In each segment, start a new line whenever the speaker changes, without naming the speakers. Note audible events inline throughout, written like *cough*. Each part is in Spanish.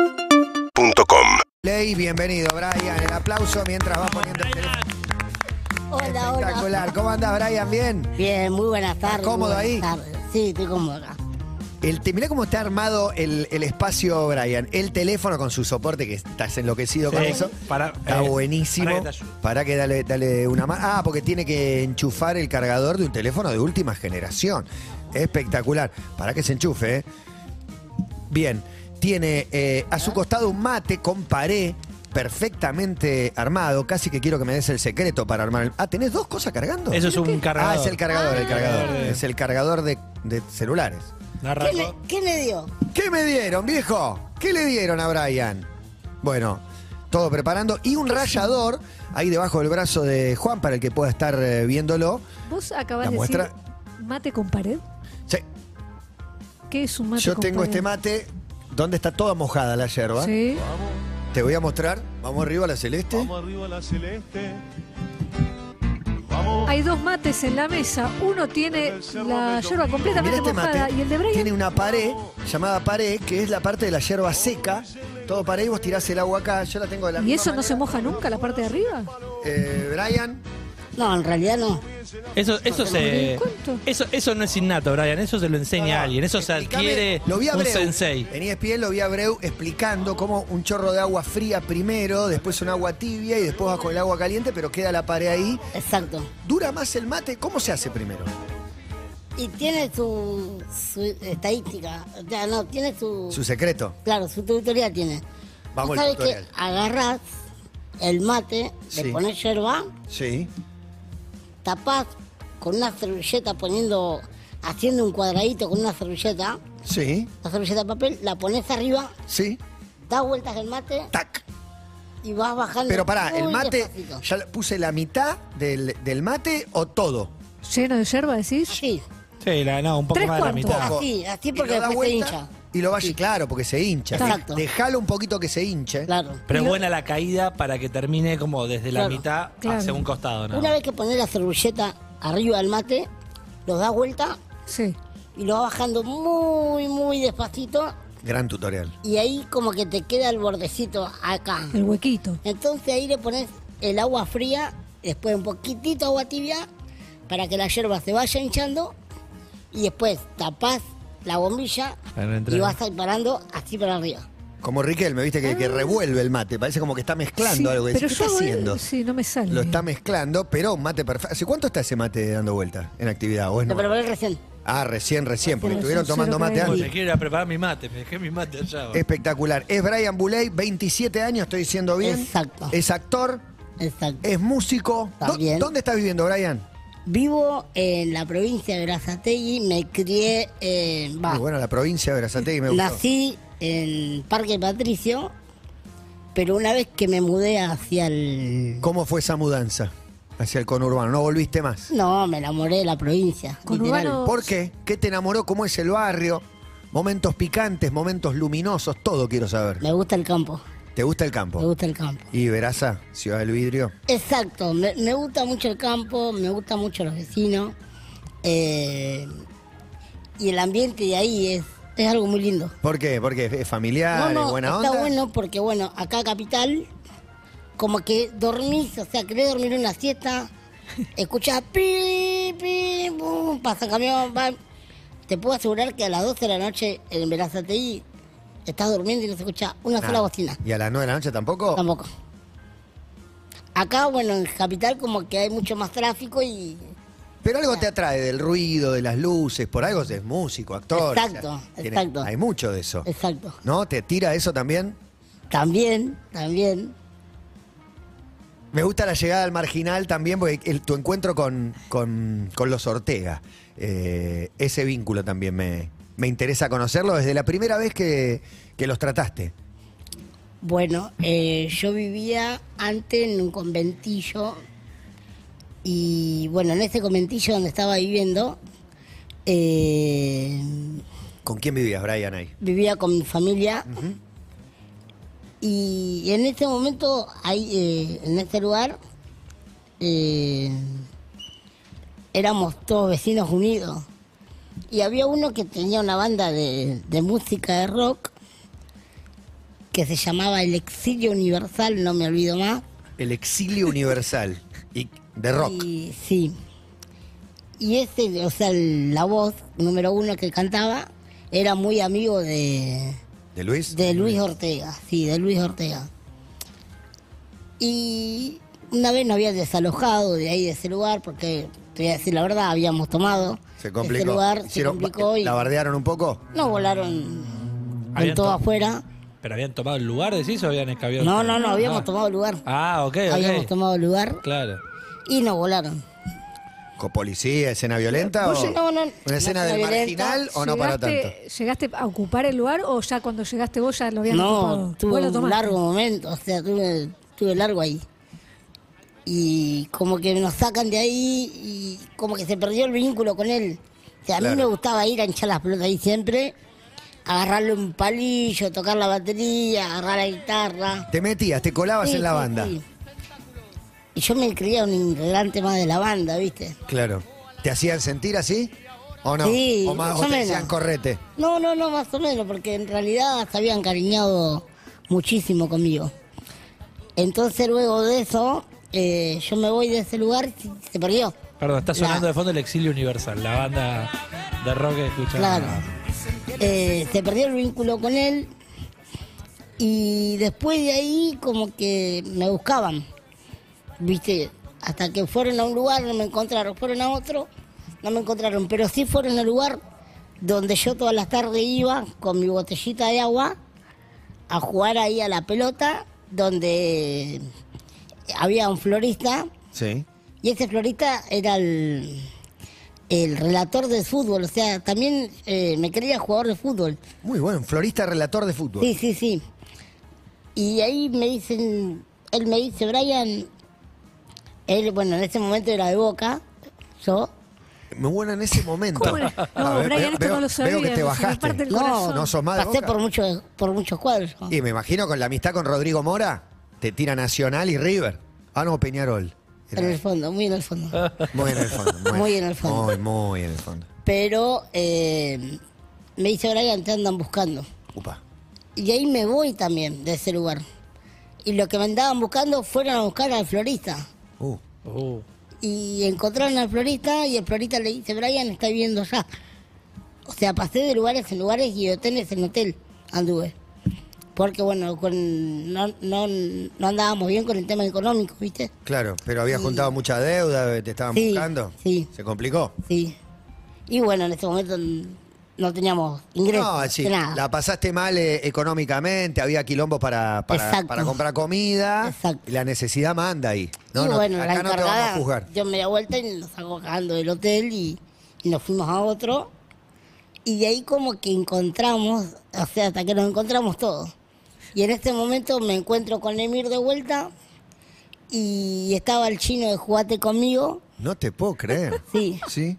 UrbanaPlayFM.com
Ley, bienvenido, Brian. El aplauso mientras va poniendo el teléfono.
Hola, hola.
Espectacular. ¿Cómo andas, Brian? Bien.
Bien, muy buenas tardes.
¿Estás cómodo
muy
ahí?
buenas tardes. Sí, estoy cómodo acá.
El te- mirá cómo está armado el, el espacio, Brian. El teléfono con su soporte, que estás enloquecido con
Sí,
eso.
para-
está
eh,
buenísimo.
para que
Para
te
que,
ayude.
dale, dale una mano. Ah, porque tiene que enchufar el cargador de un teléfono de última generación. Espectacular. Para que se enchufe, ¿eh? Bien, tiene eh, a su costado un mate con paré perfectamente armado. Casi que quiero que me des el secreto para armar el... Ah, ¿tenés dos cosas cargando?
Eso es un cargador.
Ah, es el cargador, el cargador. Es el cargador de, de celulares.
¿Qué le, qué le dio?
¿Qué me dieron, viejo? ¿Qué le dieron a Brian? Bueno, todo preparando. Y un rallador ahí debajo del brazo de Juan para el que pueda estar eh, viéndolo.
Vos acabas
La
de
muestra-
decir mate con pared.
Sí,
¿Qué es un mate
yo
con
tengo
pared?
este mate donde está toda mojada la yerba.
Sí.
Te voy a mostrar. Vamos arriba a la celeste.
Vamos arriba la celeste.
Hay dos mates en la mesa. Uno tiene la yerba
Mirá
completamente
este
mojada
mate.
y el de Brian
Tiene una pared llamada pared, que es la parte de la yerba seca. Todo pared y vos tirás el agua acá. Yo la tengo de la
¿Y
misma
eso no se
manera.
moja nunca la parte de arriba?
Eh, Brian,
No, en realidad no.
Eso, eso se.
¿Cuánto?
Eso, eso no es innato, Brian. Eso se lo enseña a alguien. Eso se
Explicame,
adquiere
lo vi a
un
Abreu.
sensei.
En E ESPN lo vi a Abreu explicando cómo un chorro de agua fría primero, después un agua tibia y después vas con el agua caliente, pero queda la pared ahí.
Exacto.
¿Dura más el mate? ¿Cómo se hace primero?
Y tiene su, su estadística. O sea, no, tiene su.
Su secreto.
claro, su tutoría tiene.
Vamos al
Vos sabés
tutorial.
que agarrás el mate,
Sí.
le pones yerba,
Sí.
tapás con una servilleta poniendo. haciendo un cuadradito con una servilleta.
Sí.
La servilleta de papel, la pones arriba,
Sí.
das vueltas el mate
Tac.
y vas bajando.
Pero pará, el
muy
mate,
despacito.
¿ya le puse la mitad del, del mate o todo?
¿Lleno de yerba decís?
Así.
Sí, la- no, un poco
Tres
más de la
cuartos.
mitad.
Poco.
Así, así
Y
porque
lo da
después se
vuelta
hincha.
Y lo vaya,
Sí.
claro, porque se hincha.
Exacto.
Dejalo un poquito que se hinche.
Claro.
Pero es buena la caída para que termine como desde la
Claro,
mitad
claro.
hacia un costado, ¿no?
Una vez que pones la servilleta arriba del mate, lo das vuelta
Sí.
y lo vas bajando muy, muy despacito.
Gran tutorial.
Y ahí como que te queda el bordecito acá.
El huequito.
Entonces ahí le pones el agua fría, después un poquitito agua tibia, para que la hierba se vaya hinchando. Y después tapás la bombilla
Para no entrar.
y vas parando así para arriba.
Como Riquelme, viste que, que revuelve el mate. Parece como que está mezclando
Ah. Sí,
algo. Decís,
pero
¿Qué
yo
está
hago-
haciendo?
Sí, no me sale.
Lo está mezclando, pero un mate perfecto. ¿Hace cuánto está ese mate dando vuelta en actividad? ¿O es
Lo
nuevo?
preparé recién.
Ah, recién, recién, porque
Recién,
estuvieron
cero
tomando mate
calorías.
Bueno,
antes.
me quiero ir a preparar mi mate. Me dejé mi mate allá. va.
Espectacular. Es Brian Boulay, 27 años, estoy diciendo bien.
Exacto.
Es actor,
Exacto.
es músico. ¿Dó-
También.
¿Dónde estás viviendo, Brian?
Vivo en la provincia de Grazategui, me crié, eh, va,
Muy bueno, la provincia de Berazategui me gustó.
nací en Parque Patricio, pero una vez que me mudé hacia el...
¿Cómo fue esa mudanza hacia el conurbano? ¿No volviste más?
No, me enamoré de la provincia, literal.
Conurbano-
¿Por qué? ¿Qué te enamoró? ¿Cómo es el barrio? Momentos picantes, momentos luminosos, todo quiero saber.
Me gusta el campo,
¿Te gusta el
me
campo?
gusta el campo.
¿Y Veraza, Ciudad del Vidrio?
Exacto, me, me gusta mucho el campo, me gusta mucho los vecinos, eh, y el ambiente de ahí es, es algo muy lindo.
¿Por qué? Porque es familiar,
No, no,
es buena
está
onda.
bueno porque, bueno, acá Capital, como que dormís, o sea, querés dormir una siesta, escuchás pi, pi, bum, pasa camión, va. Te puedo asegurar que a las 12 de la noche en Verazateí estás durmiendo y no se escucha una
Ah,
sola bocina.
¿Y a las 9 de la noche tampoco?
Tampoco. Acá, bueno, en Capital como que hay mucho más tráfico y...
Pero algo te atrae del ruido, de las luces, por algo es músico, actor.
Exacto, exacto.
Hay mucho de eso.
Exacto.
¿No? ¿Te tira eso también?
También, también.
Me gusta la llegada al marginal también, porque el- tu encuentro con, con- con los Ortega, eh, ese vínculo también me, me interesa conocerlo desde la primera vez que, que los trataste.
Bueno, eh, yo vivía antes en un conventillo y bueno, en ese conventillo donde estaba viviendo, eh,
¿Con quién vivías, Brian, ahí?
vivía con mi familia y en ese momento, ahí, eh, en ese lugar, eh, éramos todos vecinos unidos. Y había uno que tenía una banda de, de música de rock que se llamaba El Exilio Universal, no me olvido más.
El exilio universal y de rock.
Y sí. Y ese, o sea, el- la voz número uno que cantaba era muy amigo de,
¿De Luis?
de Luis Ortega, sí, de Luis Ortega. Y una vez nos habían desalojado de ahí, de ese lugar, porque, te voy a decir la verdad, habíamos tomado.
Se complicó.
Ese este lugar se
Hicieron-
complicó y
¿La bardearon un poco?
no volaron con
Habían
todo
to-
afuera.
¿Pero habían tomado el lugar, decís, o habían escabiado?
No, no, no, habíamos
Ah.
tomado lugar.
Ah, ok, ok.
Habíamos tomado lugar
Claro.
y nos volaron.
¿Con policía, escena violenta?
Vos
o
llegabas- no, no,
¿Una
no
escena
escena
del
violenta.
marginal o no para
¿Llegaste-
tanto?
¿Llegaste a ocupar el lugar o ya cuando llegaste vos ya lo habías ocupado?
No,
Vos lo
tuve un
tomaste.
largo momento, o sea, tuve, tuve largo ahí. Y como que nos sacan de ahí y como que se perdió el vínculo con él. O sea, a mí
Claro.
me gustaba ir a hinchar las pelotas ahí siempre, agarrarle un palillo, tocar la batería, agarrar la guitarra.
Te metías, te colabas
Sí,
en la
sí,
banda.
sí. Y yo me creía un integrante más de la banda, ¿viste?
Claro. ¿Te hacían sentir así? ¿O no?
Sí,
¿O, más,
más
o
o
te
menos.
decían correte?
No, no, no, más o menos, porque en realidad se habían cariñado muchísimo conmigo. Entonces luego de eso, eh, yo me voy de ese lugar y se perdió.
Perdón, está sonando
La-
de fondo el Exilio Universal, la banda de rock que escuchamos.
Claro. Eh, se perdió el vínculo con él y después de ahí como que me buscaban. Viste, hasta que fueron a un lugar, no me encontraron, fueron a otro, no me encontraron, pero sí fueron al lugar donde yo todas las tardes iba con mi botellita de agua a jugar ahí a la pelota, donde había un florista
Sí.
y ese florista era el, el relator de fútbol, o sea, también eh, me creía jugador de fútbol.
Muy bueno, florista relator de fútbol.
Sí, sí, sí. Y ahí me dicen, él me dice, Brian, él, bueno, en ese momento era de Boca, yo.
Muy bueno en ese momento.
¿Cómo era? No,
A
Brian, esto no lo sabía,
Veo que te
se me
bajaste.
parte el
no,
corazón.
no sos Oh, más de
Pasé
Boca.
por muchos, por muchos cuadros. yo.
Y me imagino con la amistad con Rodrigo Mora, te tira Nacional y River. Ah, no, Peñarol. Era-
En el fondo, muy en el fondo.
Muy en el fondo.
*laughs*
Muy en el fondo.
Muy, muy en el fondo.
Pero eh, me dice, Brian, te andan buscando.
Upa.
Y ahí me voy también de ese lugar. Y lo que me andaban buscando fueron a buscar al florista.
Uh.
Uh,
Y encontraron al florista y el florista le dice, Brian está viviendo allá. O sea, pasé de lugares en lugares y de hoteles en hotel anduve. Porque bueno, con- no, no- no andábamos bien con el tema económico, ¿viste?
Claro, pero había juntado mucha deuda, te estaban
Sí,
buscando.
sí.
¿Se complicó?
Sí. Y bueno, en ese momento n- no teníamos ingresos.
No, sí.
de nada.
La pasaste mal eh, económicamente, había quilombos para, para,
Exacto.
para comprar comida.
Exacto.
Y la necesidad manda ahí. No,
y
no,
bueno, la
acá no te vamos a
encargada
juzgar.
dio media vuelta y nos sacó cagando del hotel y, y nos fuimos a otro. Y de ahí como que encontramos, o sea, hasta que nos encontramos todos. Y en este momento me encuentro con Emir de vuelta y estaba el chino de jugate conmigo.
No te puedo creer.
*laughs* Sí,
¿Sí?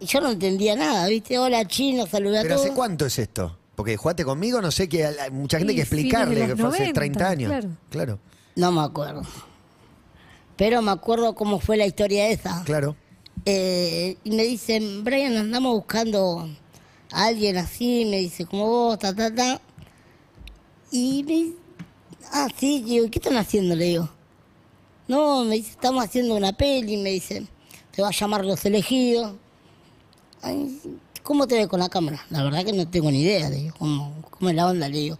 y yo no entendía nada, ¿viste? Hola chino, saludé a
¿Pero
todos.
hace cuánto es esto? Porque jugate conmigo, no sé que hay mucha gente
Y
que
fines de
explicarle
los
que fue hace
90,
30 años.
claro.
claro.
No me acuerdo. Pero me acuerdo cómo fue la historia esa.
claro.
Eh, y me dicen, Brian, andamos buscando a alguien así, me dice, como vos, ta, ta, ta. Y me dice, ah, sí, digo, ¿qué están haciendo? Le digo. No, me dice, estamos haciendo una peli, me dice, te va a llamar Los Elegidos. Ay, ¿Cómo te ves con la cámara? La verdad que no tengo ni idea, le digo, ¿cómo, cómo es la onda? Le digo.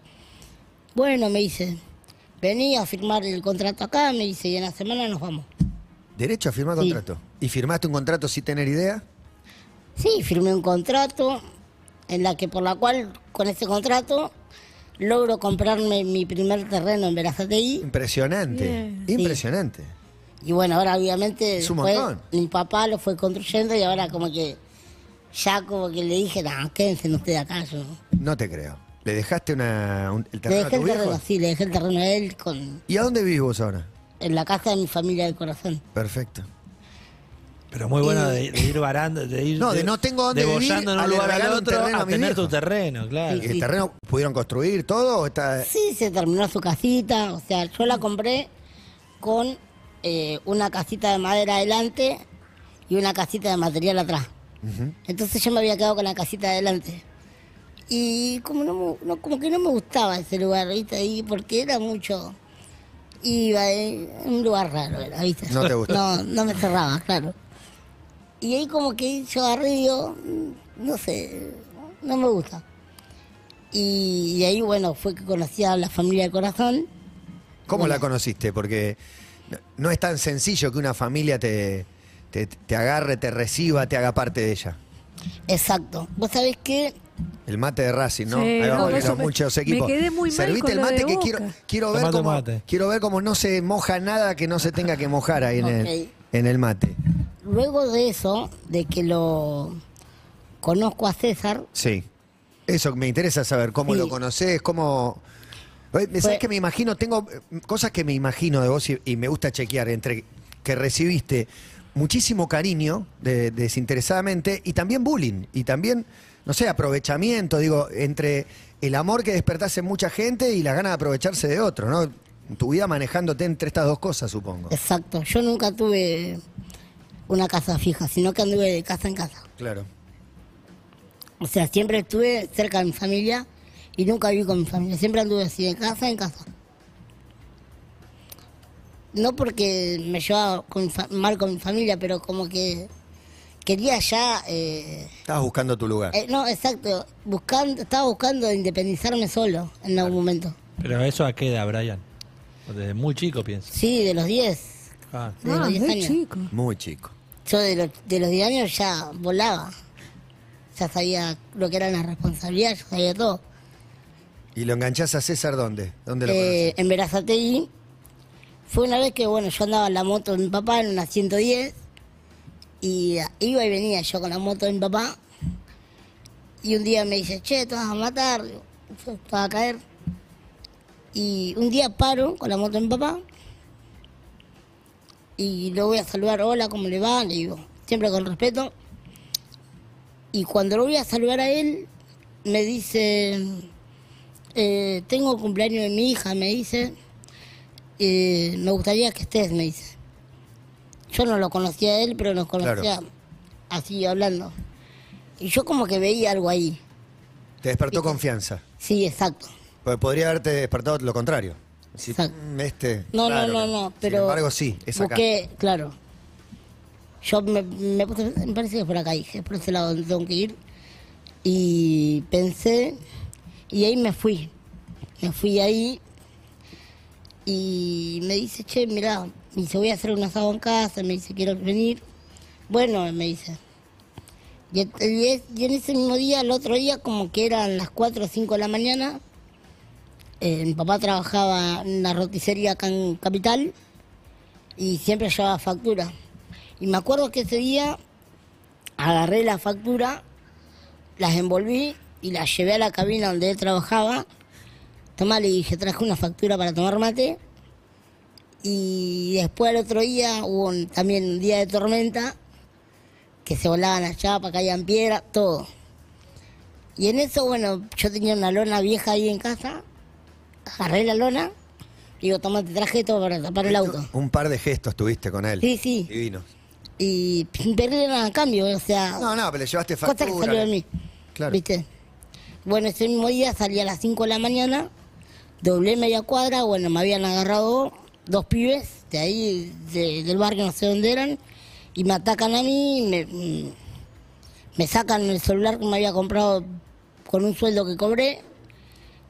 Bueno, me dice, vení a firmar el contrato acá, me dice, y en la semana nos vamos.
Derecho a firmar
Sí.
contrato. ¿Y firmaste un contrato sin tener idea?
Sí, firmé un contrato en la que por la cual con ese contrato logro comprarme mi primer terreno en Verazategui
Impresionante.
Bien.
Impresionante.
y bueno, ahora obviamente
Es un
fue-
montón.
mi papá lo fue construyendo y ahora como que ya como que le dije, no, quédense ustedes acá. Yo.
No te creo. ¿Le dejaste una, un- el
Le
terreno a
dejé
tu
el
viejo?
terreno, sí, le dejé el terreno a él con,
¿Y a dónde vivís vos ahora?
en la casa de mi familia de corazón.
Perfecto.
pero muy bueno de, de ir varando, de ir.
No, de no tengo dónde vivir,
degollando en
a
un
le
lugar al
regalo un
otro
terreno a
a
mi
tener
viejo.
tu terreno, claro.
¿Y ¿El terreno pudieron construir todo? o Está...
Sí, se terminó su casita, o sea, yo la compré con eh, una casita de madera adelante y una casita de material atrás. Entonces yo me había quedado con la casita adelante. Y como, no, me- no- como que no me gustaba ese lugar, ¿viste? Ahí porque era mucho... Iba, eh, un lugar raro era, ¿viste?
No te gustó.
No, no me cerraba, claro. Y ahí como que yo agarré y digo, "Mm, no sé, no me gusta. Y, y ahí, bueno, fue que conocí a la familia de corazón.
¿Cómo la conociste? Porque no- no es tan sencillo que una familia te, te, te agarre, te reciba, te haga parte de ella.
Exacto. Vos sabés que
El mate de Racing, ¿no?
Sí,
Ahí
no,
vamos,
eso
son
me-
muchos
me
equipos.
quedé muy mal
Servite
con
el
lo
mate
de
que
Boca.
quiero, quiero ver
Tomate
cómo
mate.
quiero ver cómo no se moja nada que no se tenga que mojar ahí en, el,
Ok.
en el mate.
luego de eso, de que lo conozco a César,
Sí. Eso me interesa saber, cómo
Sí.
lo conoces, cómo... Oye, ¿Sabés
Fue-
que me imagino? Tengo eh, cosas que me imagino de vos y, y me gusta chequear entre que recibiste muchísimo cariño de- desinteresadamente y también bullying y también, no sé, aprovechamiento, digo, entre el amor que despertás en mucha gente y las ganas de aprovecharse de otro, ¿no? Tu vida manejándote entre estas dos cosas, supongo.
exacto, yo nunca tuve una casa fija, sino que anduve de casa en casa.
Claro.
O sea, siempre estuve cerca de mi familia y nunca viví con mi familia. Siempre anduve así, de casa en casa. No porque me llevaba con mi fa- mal con mi familia, pero como que quería ya... eh,
Estabas buscando tu lugar.
eh, no, exacto. Buscando, estaba buscando independizarme solo en algún momento.
Pero eso a qué edad, Brian? Desde muy chico pienso.
Sí, de los 10.
Ah,
De
Ah,
los 10
muy
años.
chico.
Muy chico.
Yo de los, de los 10 años ya volaba. Ya sabía lo que era la responsabilidad, yo sabía todo.
¿Y lo enganchás a César dónde? ¿Dónde lo
eh,
conocés?
en Verazategui. Fue una vez que, bueno, yo andaba en la moto de mi papá, en una 110, y ah, iba y venía yo con la moto de mi papá. Y un día me dice, che, te vas a matar, Digo, "Yo, te vas a caer. Y un día paro con la moto de mi papá y lo voy a saludar, hola, ¿cómo le va? Le digo, siempre con respeto. Y cuando lo voy a saludar a él, me dice, eh, tengo cumpleaños de mi hija, me dice. Eh, me gustaría que estés, me dice. Yo no lo conocía a él, pero nos conocía
Claro.
así hablando. Y yo como que veía algo ahí.
Te
eh,
despertó confianza.
Sí, exacto.
Porque Pues podría haberte despertado lo contrario. Si,
Exacto.
mm, este,
No,
claro,
no, no, no, pero...
Sin embargo, sí, es acá.
busqué, claro. Yo me, me puse, me parece que es por acá, dije, por ese lado donde tengo que ir. Y pensé, y ahí me fui. Me fui ahí y me dice, che, mirá, me dice, voy a hacer un asado en casa, me dice, quiero venir. Bueno, me dice. Y, et- y es- y en ese mismo día, el otro día, como que eran las 4 o 5 de la mañana, eh, mi papá trabajaba en una roticería acá en Capital y siempre llevaba factura. Y me acuerdo que ese día agarré la factura, las envolví y las llevé a la cabina donde él trabajaba. Tomá, le dije, traje una factura para tomar mate. Y después al otro día hubo un- también un día de tormenta, que se volaban las chapas, caían piedras, todo. Y en eso, bueno, yo tenía una lona vieja ahí en casa, agarré la lona, digo, toma, te traje todo para tapar el auto.
Un par de gestos tuviste con él.
Sí, sí.
Divino.
y sin perder nada a cambio, o sea,
No, no, pero le llevaste
cosa
factura.
que salió de
le-
mí,
Claro.
¿viste? Bueno, ese mismo día salí a las 5 de la mañana, doblé media cuadra, bueno, me habían agarrado dos pibes de ahí, de- del barrio, no sé dónde eran, y me atacan a mí, me, me sacan el celular que me había comprado con un sueldo que cobré,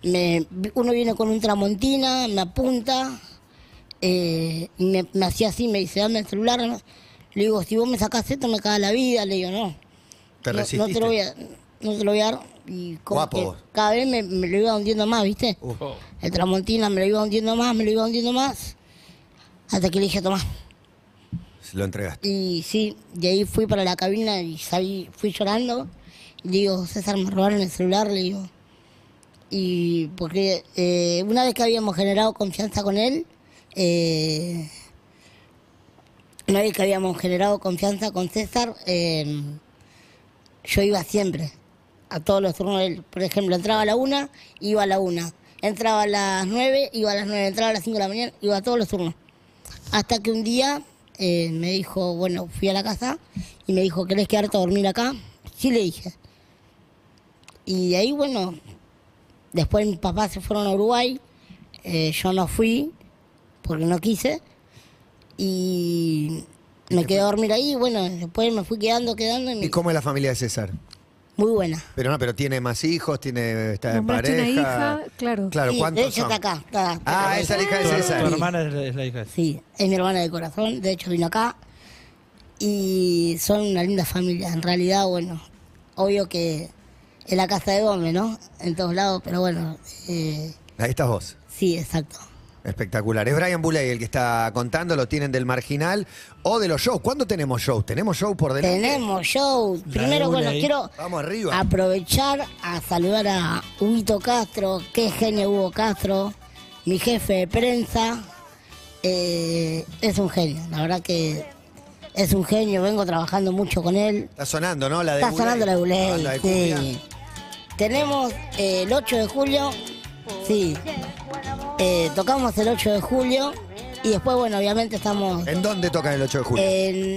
me- uno viene con un tramontina, me apunta, eh, y me, me hacía así, me dice, dame el celular. Le digo, si vos me sacás esto, me caga la vida. Le digo, no.
Te
no,
resististe.
no te lo voy a, no te lo voy a dar. Y como
Guapo
que
vos.
cada vez me, me lo iba hundiendo más, ¿viste? El Tramontina me lo iba hundiendo más, me lo iba hundiendo más. Hasta que le dije, tomá.
Se Lo entregaste.
Y sí, de ahí fui para la cabina y salí, fui llorando. Y digo, César, me robaron el celular, le digo. Y porque eh, una vez que habíamos generado confianza con él, eh, una vez que habíamos generado confianza con César, eh, yo iba siempre a todos los turnos. de él. Por ejemplo, entraba a la una, iba a la una. Entraba a las nueve, iba a las nueve. Entraba a las cinco de la mañana, iba a todos los turnos. Hasta que un día eh, me dijo, bueno, fui a la casa y me dijo, ¿querés quedarte a dormir acá? Sí le dije. Y de ahí, bueno, después mis papás se fueron a Uruguay, eh, yo no fui porque no quise y me quedé a dormir ahí, bueno, después me fui quedando, quedando y, me-
¿Y cómo es la familia de César?
muy buena.
Pero no, pero tiene más hijos, tiene está en
Nombraste
pareja.
una hija, claro.
Claro,
Sí,
¿cuántos
de hecho
son?
está acá. está acá.
Ah, esa es la hija de
Tu,
César.
tu hermana es la, es la hija. de-
Sí, es mi hermana de corazón, de hecho vino acá. Y son una linda familia. En realidad, bueno, obvio que es la casa de Gómez, ¿no? En todos lados, pero bueno, eh,
Ahí estás vos.
sí, exacto.
Espectacular. Es Brian Buley el que está contando, lo tienen del marginal o de los shows. ¿Cuándo tenemos shows? ¿Tenemos show por delante?
Tenemos show. Primero, bueno,
ahí.
quiero
Vamos arriba.
aprovechar a saludar a Huguito Castro, qué genio Hugo Castro, mi jefe de prensa. Eh, es un genio, la verdad que es un genio, vengo trabajando mucho con él.
Está sonando, ¿no? La de
Está
Buley.
sonando la
La
Buley,
banda de
sí.
cumbia.
Tenemos eh, el 8 de julio, sí. Eh, tocamos el 8 de julio y después, bueno, obviamente estamos
¿En dónde tocan el 8 de
Eh,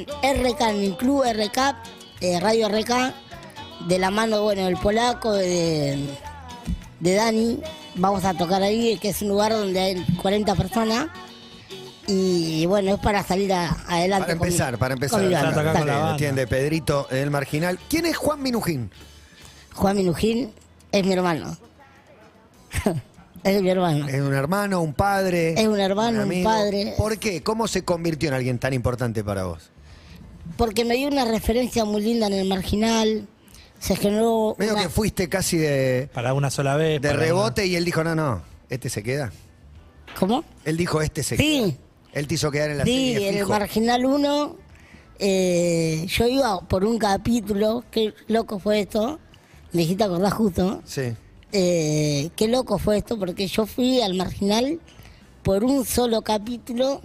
julio?
en RK, en el club RK, eh, Radio RK, de la mano, bueno, del polaco, de, de Dani. Vamos a tocar ahí, que es un lugar donde hay 40 personas. Y bueno, es para salir a- adelante.
para
con mi-
empezar, para empezar.
con mi
Para
banda.
tocar con
Entiende,
la banda.
Entiende, Pedrito, el marginal. ¿Quién es Juan Minujín?
Juan Minujín es mi hermano. *laughs* es mi hermano.
¿Es un hermano, un padre?
Es un hermano, un
amigo?
padre.
¿Por qué? ¿Cómo se convirtió en alguien tan importante para vos?
Porque me dio una referencia muy linda en el marginal. Se generó.
Medio
una-
que fuiste casi de,
Para una sola vez.
de
para
rebote y él dijo, no, no, este se queda.
¿Cómo?
Él dijo, este se queda.
Sí.
Él te hizo quedar en la
Sí,
serie
en el
fijo.
Marginal 1 eh, yo iba por un capítulo, qué loco fue esto, me dijiste acordar justo,
Sí.
eh, qué loco fue esto, porque yo fui al Marginal por un solo capítulo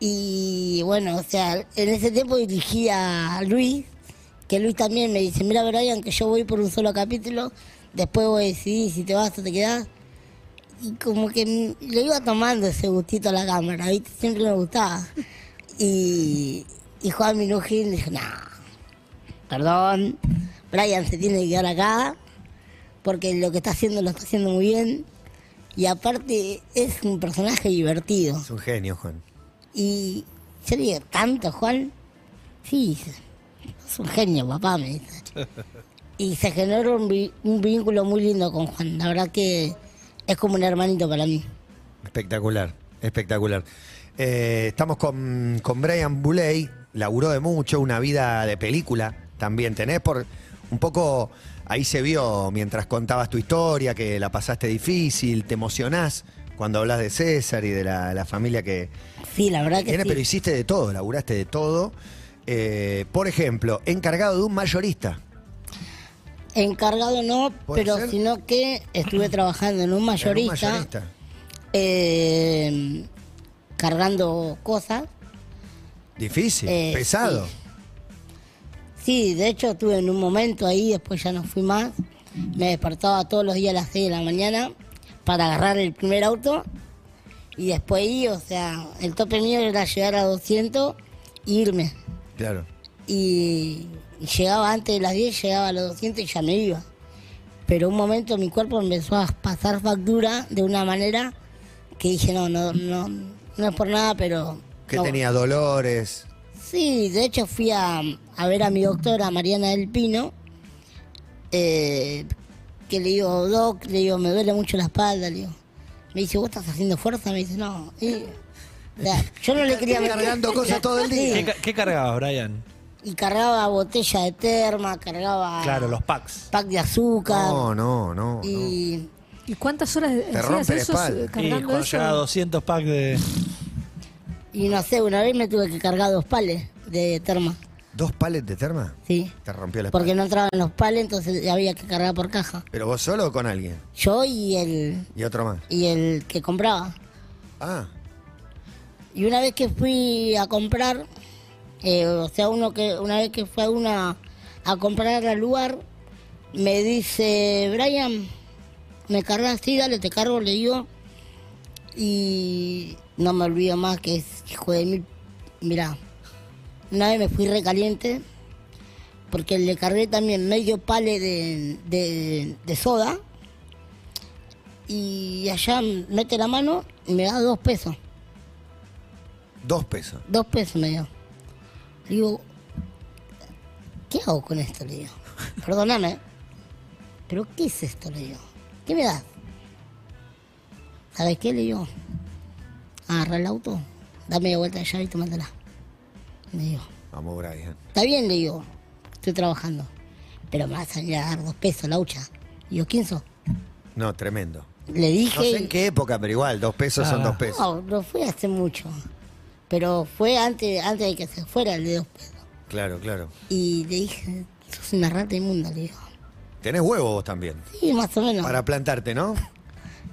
y bueno, o sea, en ese tiempo dirigía a Luis, que Luis también me dice, mira Brian, que yo voy por un solo capítulo, después voy a decidir si te vas o te quedás. Y como que m- le iba tomando ese gustito a la cámara, ¿viste? Siempre me gustaba. Y, y Juan Minujín dijo, no, perdón, Brian se tiene que quedar acá, porque lo que está haciendo lo está haciendo muy bien. Y aparte es un personaje divertido.
Es un genio, Juan.
Y yo le digo, ¿tanto, Juan? Sí, dice, es un genio, papá, me dice. Y se generó un, vi- un vínculo muy lindo con Juan. La verdad que es como un hermanito para mí.
Espectacular, espectacular. Eh, estamos con, con Brian Buley, laburó de mucho, una vida de película también tenés, por un poco ahí se vio mientras contabas tu historia, que la pasaste difícil, te emocionás cuando hablas de César y de la, la familia que
Sí, la verdad Ah, que
tiene,
sí.
pero hiciste de todo, laburaste de todo. Eh, por ejemplo, encargado de un mayorista.
Encargado no,
¿Puede
pero
ser?
sino que estuve trabajando en un
en un
mayorista,
mayorista.
eh, cargando cosas.
Difícil,
Eh,
pesado.
sí. Sí, de hecho estuve en un momento ahí, después ya no fui más. Me despertaba todos los días a las 6 de la mañana para agarrar el primer auto. Y después ahí, o sea, el tope mío era llegar a 200 e irme.
Claro.
Y, y llegaba antes de las 10, llegaba a los 200 y ya me iba. Pero un momento mi cuerpo empezó a pasar factura de una manera que dije, no, no, no, no es por nada, pero...
Que
no".
tenía dolores.
Sí, de hecho fui a, a ver a mi doctora Mariana del Pino, eh, que le digo, Doc, le digo, me duele mucho la espalda, le digo. Me dice, ¿vos estás haciendo fuerza? Me dice, no. Y, o sea, yo no le quería
Estoy cargando cosas todo el día.
nada. ¿Qué,
Sí,
ca- qué cargabas, Brian?
Y cargaba botella de terma,
Ah.
cargaba
Claro, los packs.
pack de azúcar.
No, no, no. no.
y
¿Y cuántas horas hacías
rompe la
eso
espalda.
eh,
Y
cargando
cuando
eso?
llegaba a 200 packs de.
y no sé, una vez me tuve que cargar dos pales de terma,
¿Dos palets de terma?
sí.
Te rompió la espalda.
Porque no entraban los pales, entonces había que cargar por caja.
¿Pero vos solo o con alguien?
Yo y el
Y otro más.
y el que compraba.
Ah,
Y una vez que fui a comprar, eh, o sea, uno que una vez que fue a una a comprar al lugar, me dice, Brian, me cargas, sí, dale, te cargo, le digo. Y no me olvido más que es hijo de mil, Mirá, una vez me fui recaliente porque le cargué también medio pale de, de- de soda y allá mete la mano y me da dos pesos.
Dos pesos.
Dos pesos me dio. Le digo, ¿qué hago con esto? Le digo, perdóname, pero ¿qué es esto? Le digo, ¿qué me das? ¿Sabes qué? Le digo, agarra el auto, dame de vuelta la llave y tómatela. Le digo,
Vamos, Brian.
está bien, le digo, estoy trabajando, pero me vas a salir a dar dos pesos, la hucha. Y yo, ¿quién sos?
No, tremendo.
Le dije...
No sé en qué época, pero igual, dos pesos son
Ah.
dos pesos.
No, no fue hace mucho, pero fue antes, antes de que se fuera el de dos pesos.
Claro, claro.
Y le dije, sos una rata inmunda, le digo.
Tenés huevos vos también.
Sí, más o menos.
Para plantarte, ¿no?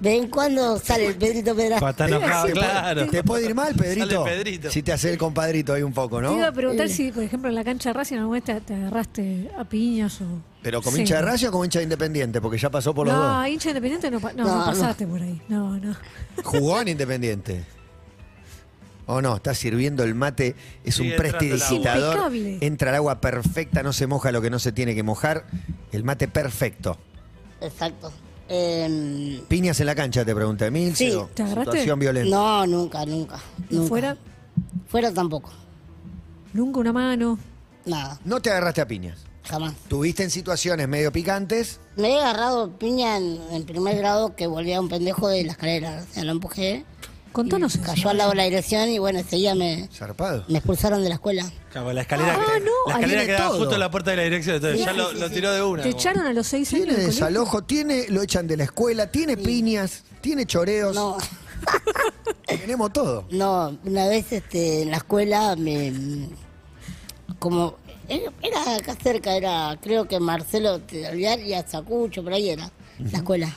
De vez en cuando sale el Pedrito
*laughs*
Pedraza.
Patán enojado,
Sí,
claro.
Te puede ir mal, Pedrito.
Sale Pedrito.
Si te hace el compadrito ahí un poco,
Te iba a
¿no?
Eh.
preguntar si, por ejemplo, en la cancha de Racing en algún momento te- te agarraste a piñas o...
Pero como
Sí.
hincha de rayo o como hincha de independiente, porque ya pasó por los
No, hincha independiente no, pa- no,
No,
no
no.
pasaste por ahí. No, no.
dos. Jugó en independiente. O no, está sirviendo el mate, es
Sigue
un
entrando el agua.
prestidigitador.
Es impecable.
Entra el agua perfecta, no se moja lo que no se tiene que mojar. El mate perfecto.
Exacto. Em,
Piñas en la cancha, te pregunta Emil.
Sí.
¿Te agarraste?
Situación violenta.
no, nunca, nunca.
¿Y
nunca.
fuera?
Fuera tampoco.
Nunca una mano.
Nada,
No te agarraste a piñas.
jamás.
Tuviste en situaciones medio picantes.
Me he agarrado piña en, en primer grado que volvía un pendejo de la escalera. O sea, lo empujé.
Contanos eso.
Cayó al lado de la dirección y bueno, ese día me,
Zarpado.
me expulsaron de la escuela.
Cago, la escalera,
Ah, no,
la
ahí
escalera
viene
quedaba
todo.
justo en la puerta de la dirección, entonces
Sí,
ya
sí,
lo,
sí,
lo
sí.
tiró de una.
Te
como-
echaron a los seis años.
Tiene
del colegio?
desalojo, tiene, lo echan de la escuela, tiene piñas, tiene choreos.
No,
Tenemos todo.
No, una vez este, en la escuela me. Como. Era era acá cerca, era. Creo que Marcelo Olvidar y a Sacucho, por ahí era. La escuela.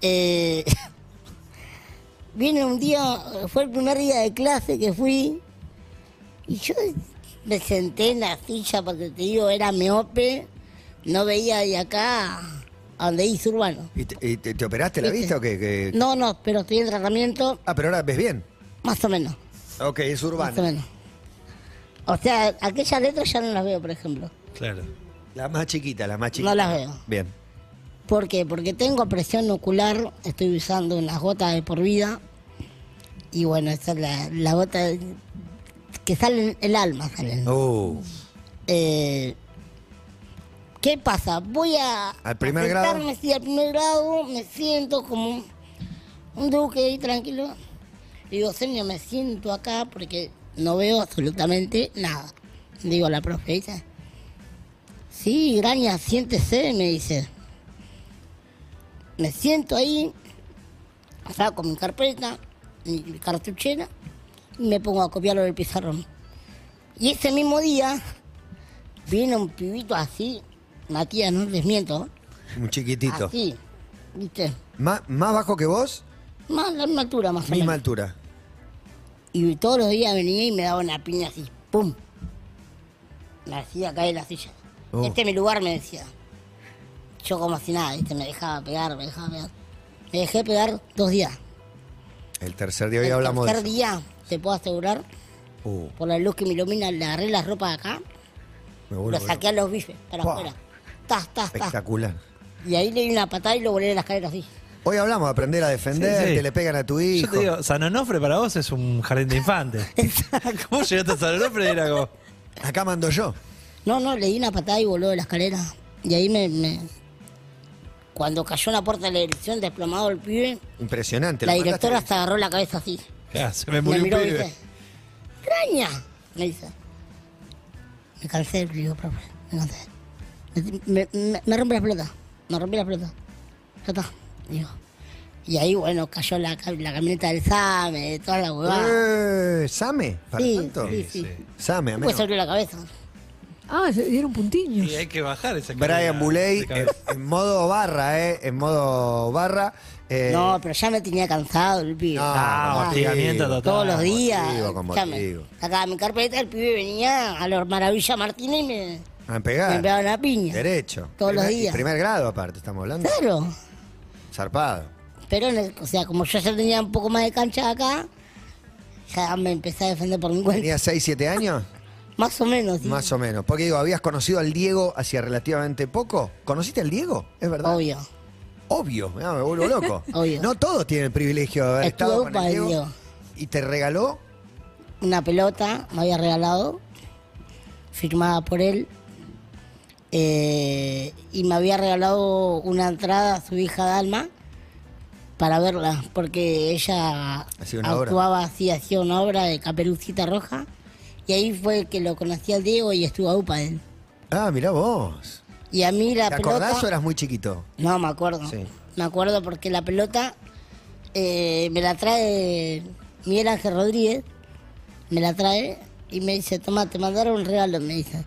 Eh, *laughs* viene un día, fue el primer día de clase que fui. Y yo me senté en la silla porque te digo, era miope. No veía de acá a donde hice urbano.
¿Y te, y te- te operaste la
¿Viste?
vista o qué? qué?
No, no, pero estoy en tratamiento,
Ah, pero ahora ves bien.
más o menos.
Ok, es
Más o
urbana.
menos. O sea, aquellas letras ya no las veo, por ejemplo.
Claro.
La más chiquita, la más chiquita.
No las veo.
Bien.
¿Por qué? Porque tengo presión ocular, estoy usando unas gotas de por vida. Y bueno, esa es la, la gota de- que sale el alma. salen.
Uh,
Eh, ¿Qué pasa? Voy a.
¿Al primer
a sentarme,
grado?
Sí, al primer grado me siento como un, un duque ahí tranquilo. Le digo, señor, me siento acá porque no veo absolutamente nada. Digo, a la profe, dice, Sí, Graña, siéntese, me dice. Me siento ahí, saco mi carpeta, mi cartuchera, y me pongo a copiarlo del pizarrón. Y ese mismo día viene un pibito así, Matías, no les miento,
un chiquitito.
así, ¿viste?
Má- ¿Más bajo que vos?
Más la misma altura, más o
Misma
menos.
altura.
Y todos los días venía y me daba una piña así, ¡pum! Me hacía caer la silla.
Oh.
Este es mi lugar, me decía. Yo como si nada, ¿viste? Me dejaba pegar, me dejaba pegar. Me dejé pegar dos días.
El tercer día hoy
El
hablamos de
tercer
eso.
día, te puedo asegurar,
Uh,
por la luz que me ilumina, le agarré la ropa de acá,
me
lo
vuelvo loco.
saqué a los bifes, para
Pua.
afuera. Tas, tas, tas.
Espectacular.
Y ahí le di una patada y lo volé de las escalera así.
Hoy hablamos de aprender a defender,
Sí, sí.
te le pegan a tu hijo.
Yo te digo, San Onofre para vos es un jardín de infantes.
*laughs*
¿Cómo llegaste a San Onofre? Y Era como,
Acá mando yo.
No, no, le di una patada y voló de la escalera. Y ahí me. me- Cuando cayó en la puerta de la dirección, desplomado el pibe,
Impresionante.
la
lo mandaste
directora hasta agarró la cabeza así.
"Ah, se me
Me
murió
miró
un
y
pibe.
dice: ¡Extraña! Me dice. Me cansé del frío, profe. Me cansé. Me, me, me rompí la pelota. Me rompí la pelota. Ya está. Digo. Y ahí, bueno, cayó la, ca- la camioneta del SAME, de toda la huevada.
Eh, ¿Same? ¿Para
Sí,
tanto?
sí, sí.
Same, amén.
Pues se abrió la cabeza.
Ah, se dieron puntiños.
Y hay que bajar esa
Brian
escalera
Buley
de
en,
cabeza.
en modo barra, ¿eh? En modo barra. eh,
No, pero ya me tenía cansado el pibe.
no,
Ah,
con motivo.
hostigamiento total.
Todos los días.
motivo, Ah, con
escuchame,
motivo.
Sacaba mi carpeta, el pibe venía a los Maravilla Martínez y me,
A
me pegaba
pegar.
una piña.
Derecho.
Todos los
Primer- y
días.
Primer grado, aparte, estamos hablando.
Claro.
Zarpado.
Pero, en el- o sea, como yo ya tenía un poco más de cancha acá, ya me empecé a defender por mi cuenta.
¿Tenías 6, 7 años?
Más o menos, sí.
Más o menos. Porque digo, ¿habías conocido al Diego hacía relativamente poco? ¿Conociste al Diego? Es verdad.
Obvio.
Obvio, mirá, me vuelvo loco.
*laughs* Obvio.
No todos tienen el privilegio de haber
Estuvo
estado con el
para el
Diego.
Diego.
Y te regaló
Una pelota me había regalado, firmada por él. eh, y me había regalado una entrada a su hija Dalma para verla, porque ella
Hacía una obra.
actuaba así, hacía una obra de caperucita roja. Y ahí fue que lo conocí al Diego y estuvo a UPA él.
Ah, mirá vos.
Y a mí la
¿Te
pelota.
acordás o eras muy chiquito?
No, me acuerdo.
Sí.
Me acuerdo porque la pelota eh, me la trae Miguel Ángel Rodríguez, me la trae y me dice, toma, te mandaron un regalo, me dice.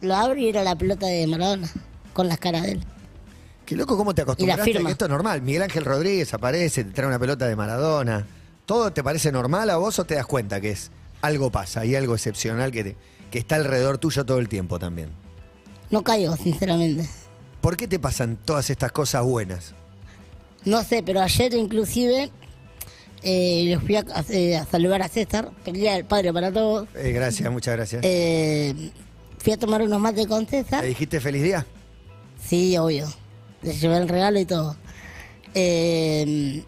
Lo abro y era la pelota de Maradona, con las caras de él.
Qué loco cómo te acostumbraste
firma.
a que esto es normal. Miguel Ángel Rodríguez aparece, te trae una pelota de Maradona. ¿Todo te parece normal a vos o te das cuenta que es algo pasa y algo excepcional que, te- que está alrededor tuyo todo el tiempo también?
No caigo, sinceramente.
¿Por qué te pasan todas estas cosas buenas?
No sé, pero ayer inclusive eh, le fui a, a- eh, a saludar a César, pelea del padre para todos.
Eh, gracias, muchas gracias.
Eh, fui a tomar unos mates con César.
¿Le dijiste feliz día?
Sí, obvio. Le llevé el regalo y todo. Eh,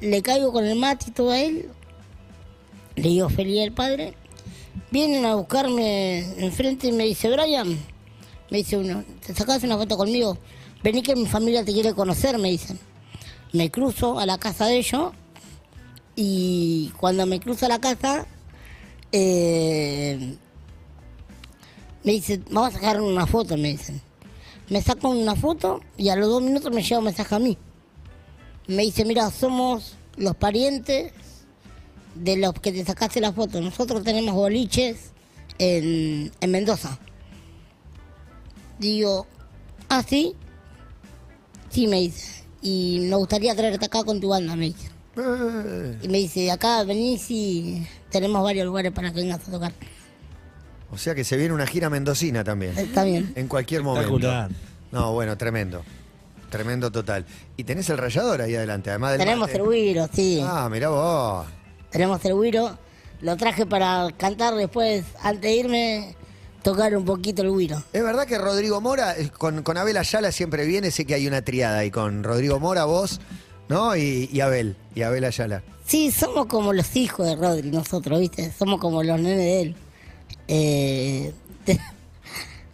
le caigo con el mate y todo a él. Le digo feliz al padre. Vienen a buscarme enfrente y me dice, Brian, me dice uno, ¿te sacás una foto conmigo? Vení que mi familia te quiere conocer, me dicen. Me cruzo a la casa de ellos y cuando me cruzo a la casa, eh, me dice, vamos a sacar una foto, me dicen. Me sacan una foto y a los dos minutos me llega un mensaje a mí. Me dice, mira, somos los parientes de los que te sacaste la foto. Nosotros tenemos boliches en, en Mendoza. Digo, ¿ah, sí? Sí, me dice. Y me gustaría traerte acá con tu banda, me dice.
Eh,
Y me dice, acá venís y tenemos varios lugares para que vengas a tocar.
o sea que se viene una gira mendocina también.
Está bien.
En cualquier momento.
Espectacular.
No, bueno, tremendo. Tremendo total. Y tenés el rayador ahí adelante, además del
Tenemos
mate.
el Wiro, sí.
Ah, mirá vos.
Tenemos el güiro. Lo traje para cantar después, antes de irme, tocar un poquito el güiro.
Es verdad que Rodrigo Mora, eh, con, con Abel Ayala siempre viene, sé que hay una triada ahí con Rodrigo Mora, vos, ¿no? Y, y Abel, y Abel Ayala.
Sí, somos como los hijos de Rodri, nosotros, ¿viste? Somos como los nenes de él. Eh, *laughs* te-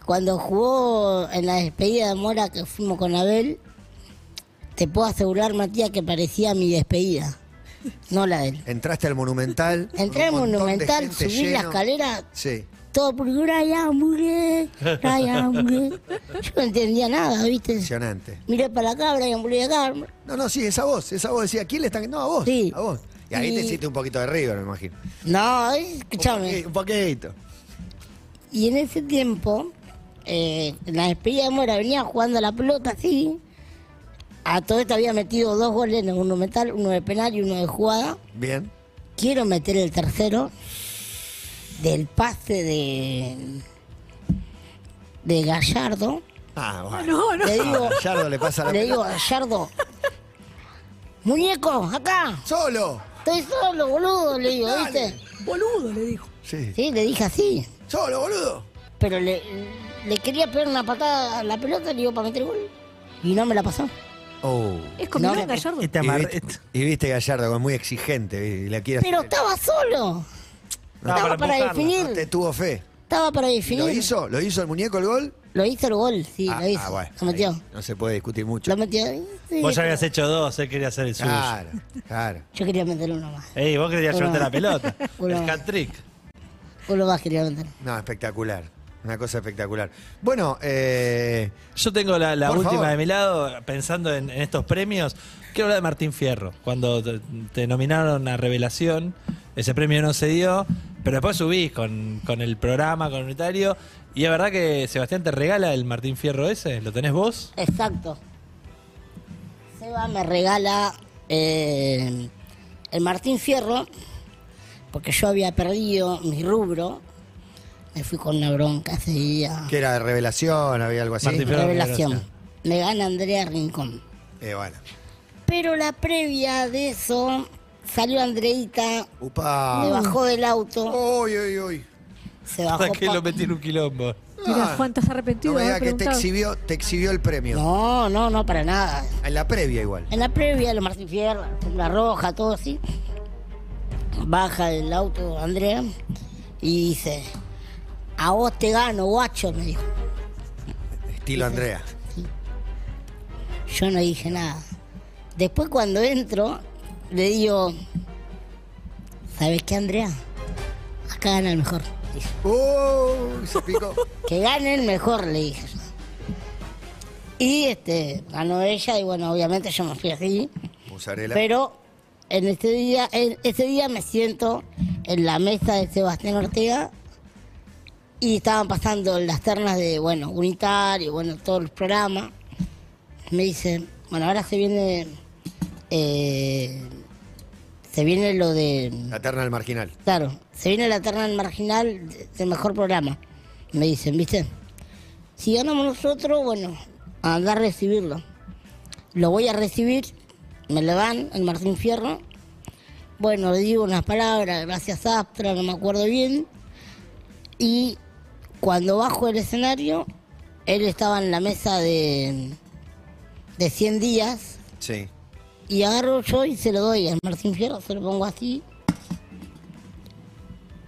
cuando jugó en la despedida de Mora que fuimos con Abel, te puedo asegurar, Matías, que parecía mi despedida, no la de él.
Entraste al Monumental.
*laughs* Entré al
con un montón de
Monumental,
gente
subí la
lleno.
escalera,
Sí.
todo por Brian Burgué,
*laughs*
Brian Burgué. Yo no entendía nada, ¿viste?
Impresionante.
Miré para acá, Brian Burgué acá.
No, no, sí, esa voz, esa voz decía, ¿quién le están? No, a vos.
Sí.
A vos. Y ahí
Y-
te hiciste un poquito de River, me imagino. Un
No, eh, escuchame.
poqui- Un poquito.
Y en ese tiempo, eh, en la despedida de Mora venía jugando a la pelota así. A todo esto había metido dos goles en el monumental, uno de penal y uno de jugada.
Bien.
Quiero meter el tercero del pase de, de Gallardo.
Ah, bueno. *laughs*
No, no.
Le digo,
A Gallardo le pasa la
le digo
pelota.
a Gallardo, muñeco, acá,
¡Solo!
estoy solo, boludo, le digo, ¿viste?
Boludo, le dijo.
Sí.
Sí, le dije así.
¡Solo, boludo!
pero le, le quería pegar una patada a la pelota, le digo, para meter gol. Y no me la pasó.
Oh.
Es como
No.
Gallardo.
Este
Y
amarre-
viste, y viste Gallardo, como muy exigente, y la quiere
Pero estaba solo.
No,
estaba para,
para empujarla.
definir.
Te tuvo fe.
Estaba para
¿Y
definir.
¿Lo hizo? ¿Lo hizo el muñeco el gol?
Lo hizo el gol, sí,
ah,
lo hizo.
ah, bueno.
Lo metió.
Ahí No se puede discutir mucho.
Lo metió. ahí, sí.
Vos ya habías hecho dos, él quería hacer el suyo.
Claro, claro.
Yo quería meter uno más.
Ey, vos querías llevarte
*laughs*
la pelota.
Hola.
El hat trick.
Uno más quería meter.
No, espectacular. Una cosa espectacular. Bueno, eh,
Yo tengo la, la
Por
última
favor.
de mi lado, pensando en, en estos premios. Quiero hablar de Martín Fierro. Cuando te, te nominaron a Revelación, ese premio no se dio, pero después subís con, con el programa, con Unitario. Y es verdad que Sebastián te regala el Martín Fierro ese, ¿lo tenés vos?
Exacto. Seba me regala eh, el Martín Fierro, porque yo había perdido mi rubro. Me fui con una bronca ese día.
que era revelación, había algo así.
Martín Fierro.
Revelación.
Revelación.
Me gana Andrea Rincón.
Eh, bueno.
Pero la previa de eso, Salió Andreita,
Upa.
me bajó del auto,
Uy, uy, uy.
se
*laughs* ¿Para
bajó.
qué
pa-
lo metí en un quilombo?
Mira, Juan, estás arrepentido.
No me
de
digas
haber
que este te
preguntado?
exhibió, te exhibió el premio.
No, no, no, para nada.
En la previa igual.
En la previa, los Martín Fierro, la roja, todo así. Baja del auto Andrea y dice, a vos te gano, guacho, me dijo. Eh,
Estilo Andrea.
Yo no dije nada. Después cuando entro, le digo, ¿sabes qué, Andrea? Acá gana el mejor. Dije,
Uy, ¡Oh! se picó.
que gane el mejor, le dije. yo. Y este, ganó ella y bueno, obviamente yo me fui así.
Mozzarella.
Pero en ese día, en ese día me siento en la mesa de Sebastián Ortega y estaban pasando las ternas de, bueno, Unitario, bueno, todo el programa. Me dicen, bueno, ahora se viene, eh, se viene lo de,
La terna del marginal.
claro, se viene la terna del marginal de- del mejor programa. Me dicen, ¿viste? Si ganamos nosotros, bueno, anda a recibirlo. Lo voy a recibir, me lo dan, el Martín Fierro. Bueno, le digo unas palabras, gracias Astra, no me acuerdo bien. Y cuando bajo el escenario, él estaba en la mesa de, de 100 días
Sí.
y agarro yo y se lo doy al Martín Fierro, se lo pongo así.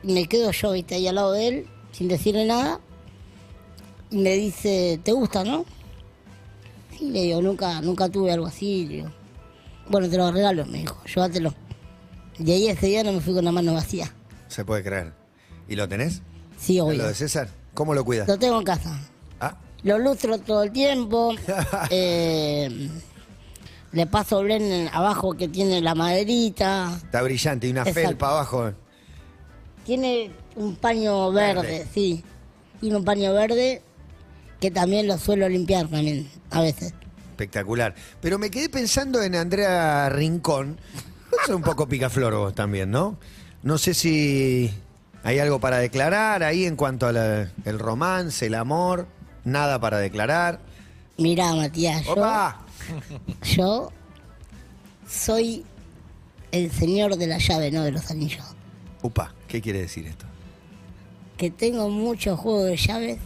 Y me quedo yo, viste, ahí al lado de él, sin decirle nada. Y me dice, ¿te gusta, no? Y le digo, nunca, nunca tuve algo así. le digo. bueno, te lo regalo, me dijo, llévatelo. Y ahí ese día no me fui con la mano vacía.
Se puede creer. ¿Y lo tenés?
Sí, obvio.
¿Lo de César? ¿Cómo lo cuidas?
Lo tengo en casa.
Ah,
Lo lustro todo el tiempo. eh, le paso Blen abajo que tiene la maderita.
está brillante. Y una
Exacto.
felpa abajo.
Tiene un paño verde,
Verde.
sí. Tiene un paño verde que también lo suelo limpiar también, a veces.
Espectacular. Pero me quedé pensando en Andrea Rincón. Vos sos un poco picaflor vos también, ¿no? No sé si hay algo para declarar ahí en cuanto al eh, el romance, el amor. Nada para declarar.
Mirá, Matías, yo,
¡Opa!
yo soy el señor de la llave, no de los anillos.
Upa, ¿qué quiere decir esto?
Que tengo muchos juegos de llaves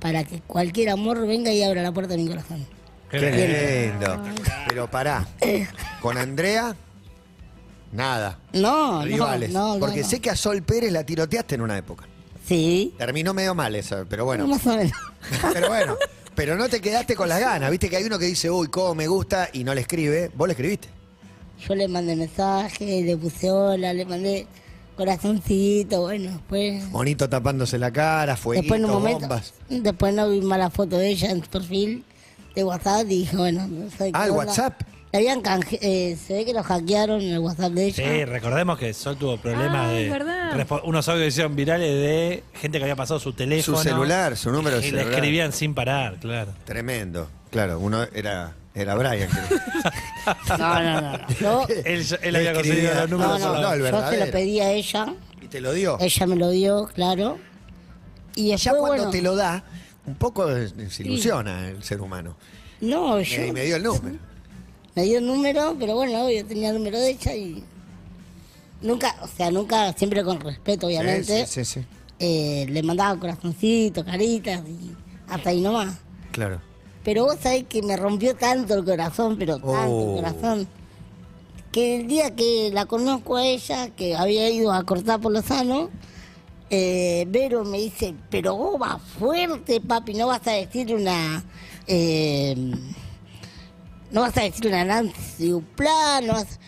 para que cualquier amor venga y abra la puerta de mi corazón.
Qué
Eh,
lindo. Pero pará. Con Andrea, nada.
No,
Rivales.
no, no, no.
Porque
no.
sé que a Sol Pérez la tiroteaste en una época.
Sí,
Terminó medio mal eso, pero bueno.
más o menos.
Pero bueno, pero no te quedaste con las ganas. Viste que hay uno que dice, uy, cómo me gusta y no le escribe. Vos le escribiste.
Yo le mandé mensaje, le puse hola, le mandé corazoncito, bueno, pues. después...
Monito tapándose la cara, fueguito,
Después en un momento,
bombas.
después no vi más la foto de ella en su perfil de WhatsApp y dije, bueno, no sé
Ah,
qué
el
onda.
WhatsApp.
La habían canje- eh, se ve que lo hackearon en el WhatsApp de ella.
Sí, recordemos que Sol tuvo problemas
Ah,
de
es verdad.
respo- unos audios que hicieron virales de gente que había pasado su teléfono.
Su celular, su número de
Y le
celular.
escribían sin parar, claro.
Tremendo. Claro, uno era, era Brian.
*laughs*
que-
*laughs* No, no, no. no. Yo,
Él, él
Eh, Le
había conseguido
escribía-
los
no,
números.
no,
*laughs* no, el
yo se
verdadero.
lo pedí a ella,
y te lo dio.
ella me lo dio, claro. Y
ya
después,
cuando
bueno,
te lo da, un poco se ilusiona el ser humano.
no,
Y
yo
ahí me
me,
dio el número.
dio el número, pero bueno, yo tenía el número de ella y nunca, o sea, nunca, siempre con respeto, obviamente.
Sí, sí, sí. sí.
eh, le mandaba corazoncitos, caritas y hasta ahí nomás.
Claro.
Pero vos sabés que me rompió tanto el corazón, pero tanto
Oh.
el corazón, que el día que la conozco a ella, que había ido a cortar por lo sano, eh, Vero me dice, pero vos vas fuerte, papi, no vas a decir una... eh, no vas a decir una Nancy Duplá, no vas...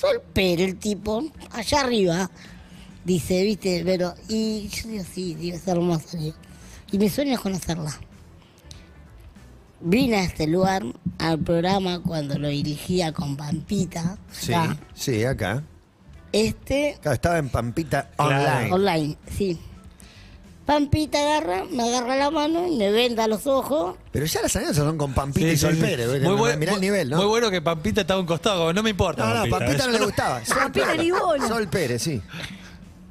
Sol Pero el tipo, allá arriba, dice, viste, Vero, y yo digo, sí, digo, es hermosa, digo. Y mi sueño es conocerla. Vine a este lugar, al programa, cuando lo dirigía con Pampita.
Sí,
acá.
sí, acá.
Este,
Claro, estaba en Pampita
Claro.
Online.
online, sí. Pampita agarra, me agarra la mano y me venda los ojos.
Pero ya las alianzas son con Pampita
Sí,
y
sí,
Sol
sí.
Pérez.
Muy
¿no?
buen-
Mirá el
muy-
nivel, ¿no?
Muy bueno que Pampita estaba a un costado, como, no me importa.
No, no, Pampita no le gustaba. Sol
Pampita
Pérez.
ni bola.
Sol Pérez, sí.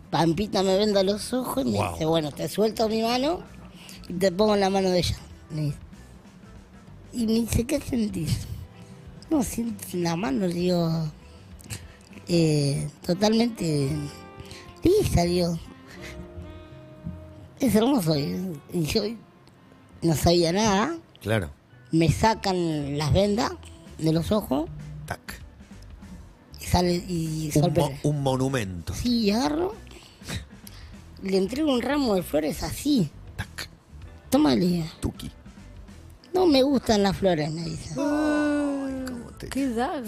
Pampita me venda los ojos y me
Wow.
dice, bueno, te suelto mi mano y te pongo en la mano de ella. Me dice. Y me dice, ¿qué sentís? No, siento la mano, le digo, eh, totalmente lisa, digo. Es hermoso. Y y yo no sabía nada.
Claro.
Me sacan las vendas de los ojos
Tac.
y sale y
Un, mo-
sorprende.
un monumento.
Sí, agarro. Le entrego un ramo de flores así.
Tac.
Toma, le digo,
Tuki.
No me gustan las flores, me dice.
te-
¡Qué daga!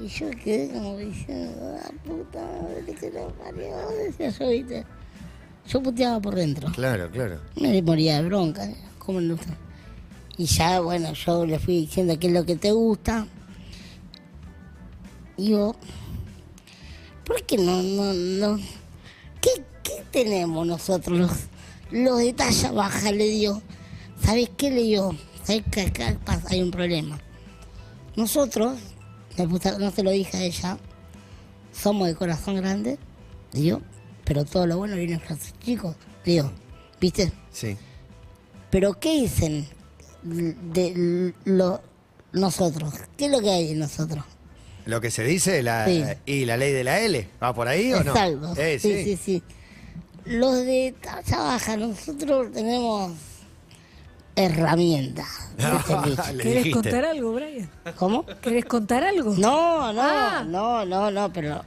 Y yo quedé como diciendo, la puta madre que lo parió, decía yo, viste. Yo puteaba por dentro.
Claro, claro.
Me moría de bronca, ¿eh? ¿cómo no gusta? Y ya, bueno, yo le fui diciendo qué es lo que te gusta. Y yo, ¿por qué no, no, no? ¿Qué, qué tenemos nosotros los, los de talla baja? Le digo, ¿sabes qué le digo? ¿Sabes que acá pasa- hay un problema? Nosotros, me puse- no se lo dije a ella, somos de corazón grande, le digo, pero todo lo bueno viene en los chicos, le digo, ¿viste?
Sí.
Pero ¿qué dicen de lo, nosotros? ¿Qué es lo que hay en nosotros?
Lo que se dice, la,
Sí.
y la ley de la L, ¿va por ahí o no?
Exacto.
Eh, sí.
sí, sí, sí. Los de talla baja, nosotros tenemos herramientas.
*laughs* Ah, le
¿Querés
dijiste.
contar algo, Brian?
¿Cómo?
¿Querés contar algo?
No, no,
Ah.
no, no, no, pero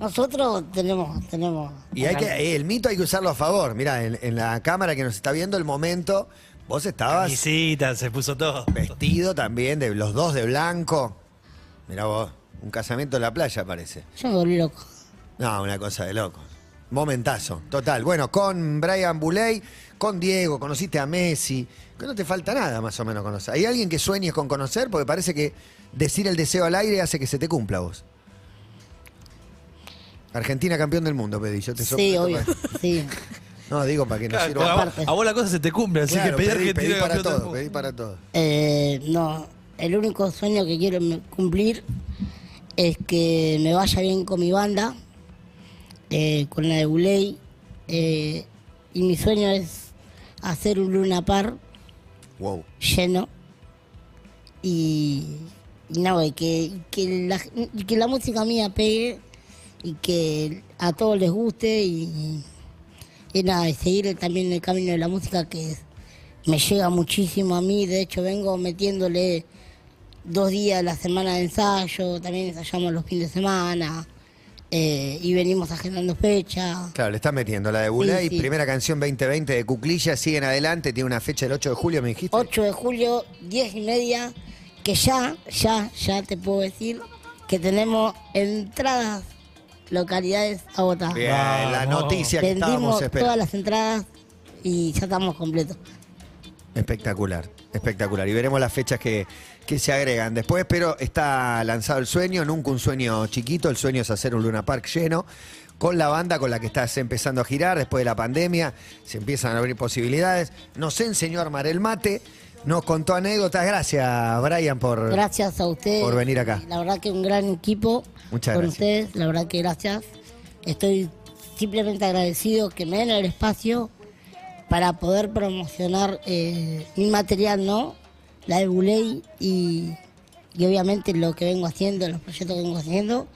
nosotros tenemos, tenemos.
Y hay que, eh, el mito hay que usarlo a favor. Mira, en, en la cámara que nos está viendo el momento, vos estabas
Visita, se puso todo.
vestido también, de los dos de blanco. Mirá vos, un casamiento en la playa parece.
Yo me volví loco.
No, una cosa de loco. Momentazo, total. Bueno, con Brian Buley, con Diego, conociste a Messi. Que no te falta nada más o menos conocer. ¿Hay alguien que sueñes con conocer? Porque parece que decir el deseo al aire hace que se te cumpla a vos. Argentina campeón del mundo, pedí. Yo te
Sí,
soplo-
obvio. Sí.
No, digo para que no
Claro,
sirva.
a, vos, a vos la cosa se te cumple, así
Claro,
que pedir
pedí,
que
pedí
tire
para
campeón del
todo,
mundo.
pedí para todo.
Eh, no, el único sueño que quiero me- cumplir es que me vaya bien con mi banda, eh, con la de Buley. eh, y mi sueño es hacer un Luna Par
Wow.
lleno. Y, y no, y que, y que, la, y que la música mía pegue y que a todos les guste. Y, y nada, y seguir también el camino de la música que me llega muchísimo a mí. De hecho, vengo metiéndole dos días a la semana de ensayo. También ensayamos los fines de semana. eh, y venimos agendando fechas.
Claro, le estás metiendo la de Buley,
sí.
primera canción 2020 de Cuclilla, siguen adelante, tiene una fecha el 8 de julio, me dijiste.
8 de julio, 10 y media, que ya, ya, ya te puedo decir que tenemos entradas, localidades agotadas.
Bien, la
Vamos.
noticia que estábamos
Vendimos todas
esperando.
las entradas y ya estamos completos.
Espectacular, espectacular. Y veremos las fechas que, que se agregan. Después, pero está lanzado el sueño, nunca un sueño chiquito, el sueño es hacer un Luna Park lleno, con la banda con la que estás empezando a girar después de la pandemia, se empiezan a abrir posibilidades. Nos enseñó a armar el mate, nos contó anécdotas. Gracias, Brian, por...
Gracias a ustedes.
Por venir acá.
La verdad que un gran equipo.
Muchas
con
gracias.
ustedes, la verdad que gracias. Estoy simplemente agradecido que me den el espacio para poder promocionar eh, mi material, ¿no? La de Buley y, y obviamente lo que vengo haciendo, los proyectos que vengo haciendo.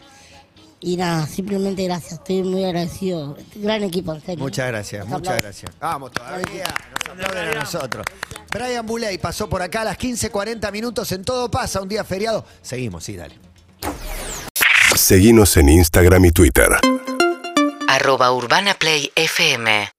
Y nada, simplemente gracias. Estoy muy agradecido. Gran equipo, en serio.
Muchas gracias,
Los
muchas
aplausos.
gracias. Vamos todavía, nos aplauden a nosotros. Brian Buley pasó por acá a las 15.40 minutos en Todo Pasa, un día feriado. Seguimos, sí, dale.
Seguinos en Instagram y Twitter.
arroba urbanaplayfm